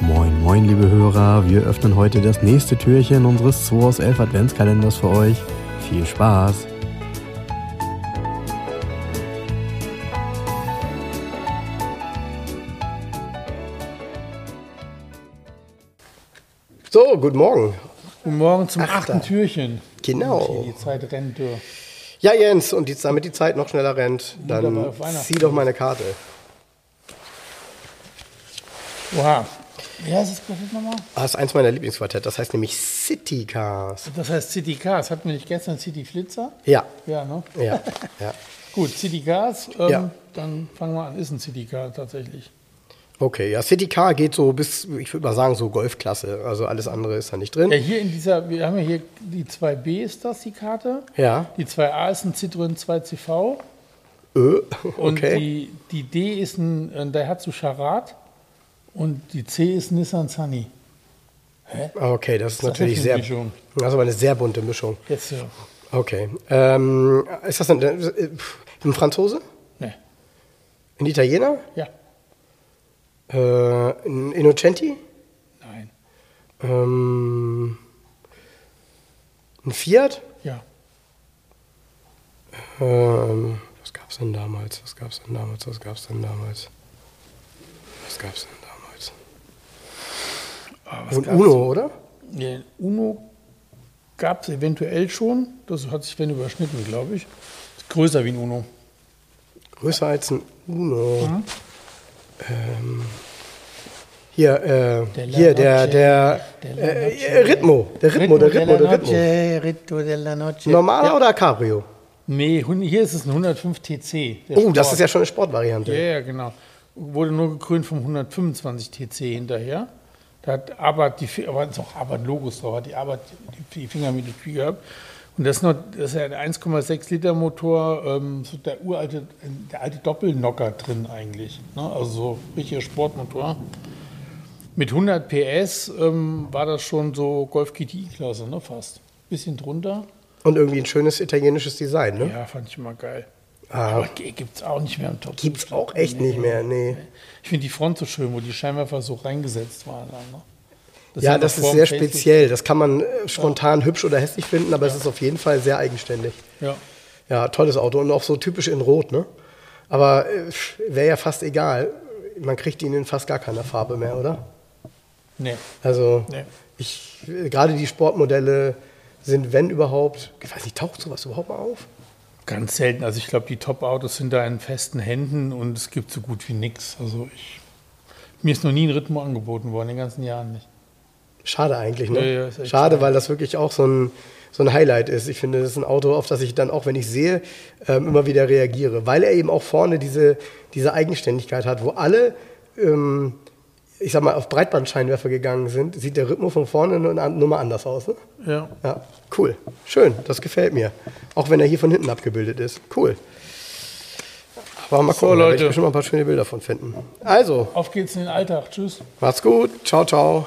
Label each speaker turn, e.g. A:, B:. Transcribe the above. A: Moin, moin, liebe Hörer. Wir öffnen heute das nächste Türchen unseres 2 aus 11 Adventskalenders für euch. Viel Spaß!
B: So, guten Morgen.
C: Guten Morgen zum achten Türchen.
B: Genau.
C: Und hier die Zeit rennt durch.
B: Ja, Jens, und die, damit die Zeit noch schneller rennt,
C: Wunderbar,
B: dann
C: auf Weihnachten.
B: zieh doch meine Karte.
C: Oha. Wie heißt das Quartett nochmal?
B: Ah, Das ist eins meiner Lieblingsquartett, das heißt nämlich City Cars.
C: Das heißt City Cars. Hatten wir nicht gestern City Flitzer?
B: Ja,
C: Ja, ne?
B: ja, ja.
C: Gut, City Cars. Ähm,
B: Ja.
C: Dann fangen wir an. Ist ein City Car tatsächlich.
B: Okay, ja, City Car geht so bis, ich würde mal sagen, so Golfklasse. Also alles andere ist da nicht drin.
C: Ja, hier in dieser, wir haben ja hier die 2B ist das, die Karte.
B: Ja,
C: Die 2A ist ein Citroën 2CV.
B: äh,
C: Und
B: okay.
C: die, die D ist ein, ein Daihatsu Charat. Und die C ist Nissan Sunny.
B: Ah, Okay, das ist
C: Das ist
B: natürlich
C: eine
B: sehr,
C: Mischung.
B: also eine sehr bunte Mischung.
C: Jetzt äh, so.
B: Okay, ähm, ist das ein, äh, ein Franzose?
C: Ne.
B: Ein Italiener?
C: Ja.
B: Äh, ein Innocenti?
C: Nein.
B: Ähm, ein Fiat?
C: Ja.
B: Ähm, was gab's denn damals? Was gab's denn damals? Was gab's denn damals? Was gab's denn damals? Und Uno, oder?
C: Nee, Uno gab es eventuell schon. Das hat sich wenn überschnitten, glaube ich. Ist größer wie ein Uno.
B: Größer als ein Uno. Ähm, hier, äh,
C: Della
B: hier, der,
C: Noche,
B: der,
C: Della
B: äh, äh, Ritmo, der Ritmo, der Ritmo, der Ritmo.
C: Ritmo della Noche.
B: Normaler oder Cabrio?
C: Nee, hun- hier ist es ein 105 TC. der
B: Oh, das
C: Sport.
B: ist ja schon eine Sportvariante.
C: Ja, ja, genau. Wurde nur gekrönt vom 125 TC hinterher. Da hat Abarth, die, Fi- aber ist auch Abarth-Logos drauf, hat die Abarth die, die Finger mit dem Spiel gehabt. Und das ist, noch, das ist ja ein 1,6 Liter Motor, ähm, so der uralte, der alte Doppelnocker drin eigentlich. Ne? Also so richtiger Sportmotor. Mit 100 PS ähm, war das schon so Golf GTI-Klasse, ne, fast. Bisschen drunter.
B: Und irgendwie ein schönes italienisches Design, ne?
C: Ja, fand ich immer geil.
B: Ah,
C: Aber g- gibt's auch nicht mehr im Top.
B: gibt's auch echt nicht mehr, ne? nee.
C: Ich finde die Front so schön, wo die Scheinwerfer so reingesetzt waren. dann, Ne?
B: Ja,
C: hat
B: das
C: davor
B: ist sehr
C: ein Facelift-
B: speziell. Das kann man äh, spontan hübsch oder hässlich finden, aber es ist auf jeden Fall sehr eigenständig.
C: Ja.
B: Ja, tolles Auto und auch so typisch in Rot, ne? Aber äh, wäre ja fast egal. Man kriegt ihn in fast gar keiner Farbe mehr, oder?
C: Nee.
B: Also,
C: Nee.
B: ich, äh, gerade die Sportmodelle sind, wenn überhaupt, ich weiß nicht, taucht sowas überhaupt mal auf?
C: Ganz selten. Also ich glaube, die Top-Autos sind da in festen Händen und es gibt so gut wie nichts. Also ich. Mir ist noch nie ein Rhythmus angeboten worden, in den ganzen Jahren nicht.
B: Schade eigentlich, ne?
C: Ja, ja, ist
B: schade,
C: echt schade.
B: weil das wirklich auch so ein, so ein Highlight ist. Ich finde, das ist ein Auto, auf das ich dann auch, wenn ich sehe, ähm, immer wieder reagiere, weil er eben auch vorne diese, diese Eigenständigkeit hat, wo alle, ähm, ich sag mal, auf Breitbandscheinwerfer gegangen sind, sieht der Rhythmus von vorne nur eine Nummer anders aus. Ne?
C: Ja.
B: Ja, cool. Schön, das gefällt mir. Auch wenn er hier von hinten abgebildet ist. Cool. Aber mal gucken, da werd ich
C: Leute.
B: bestimmt mal ein paar schöne Bilder von finden. Also,
C: Auf geht's in den Alltag. Tschüss.
B: macht's gut. Ciao, ciao.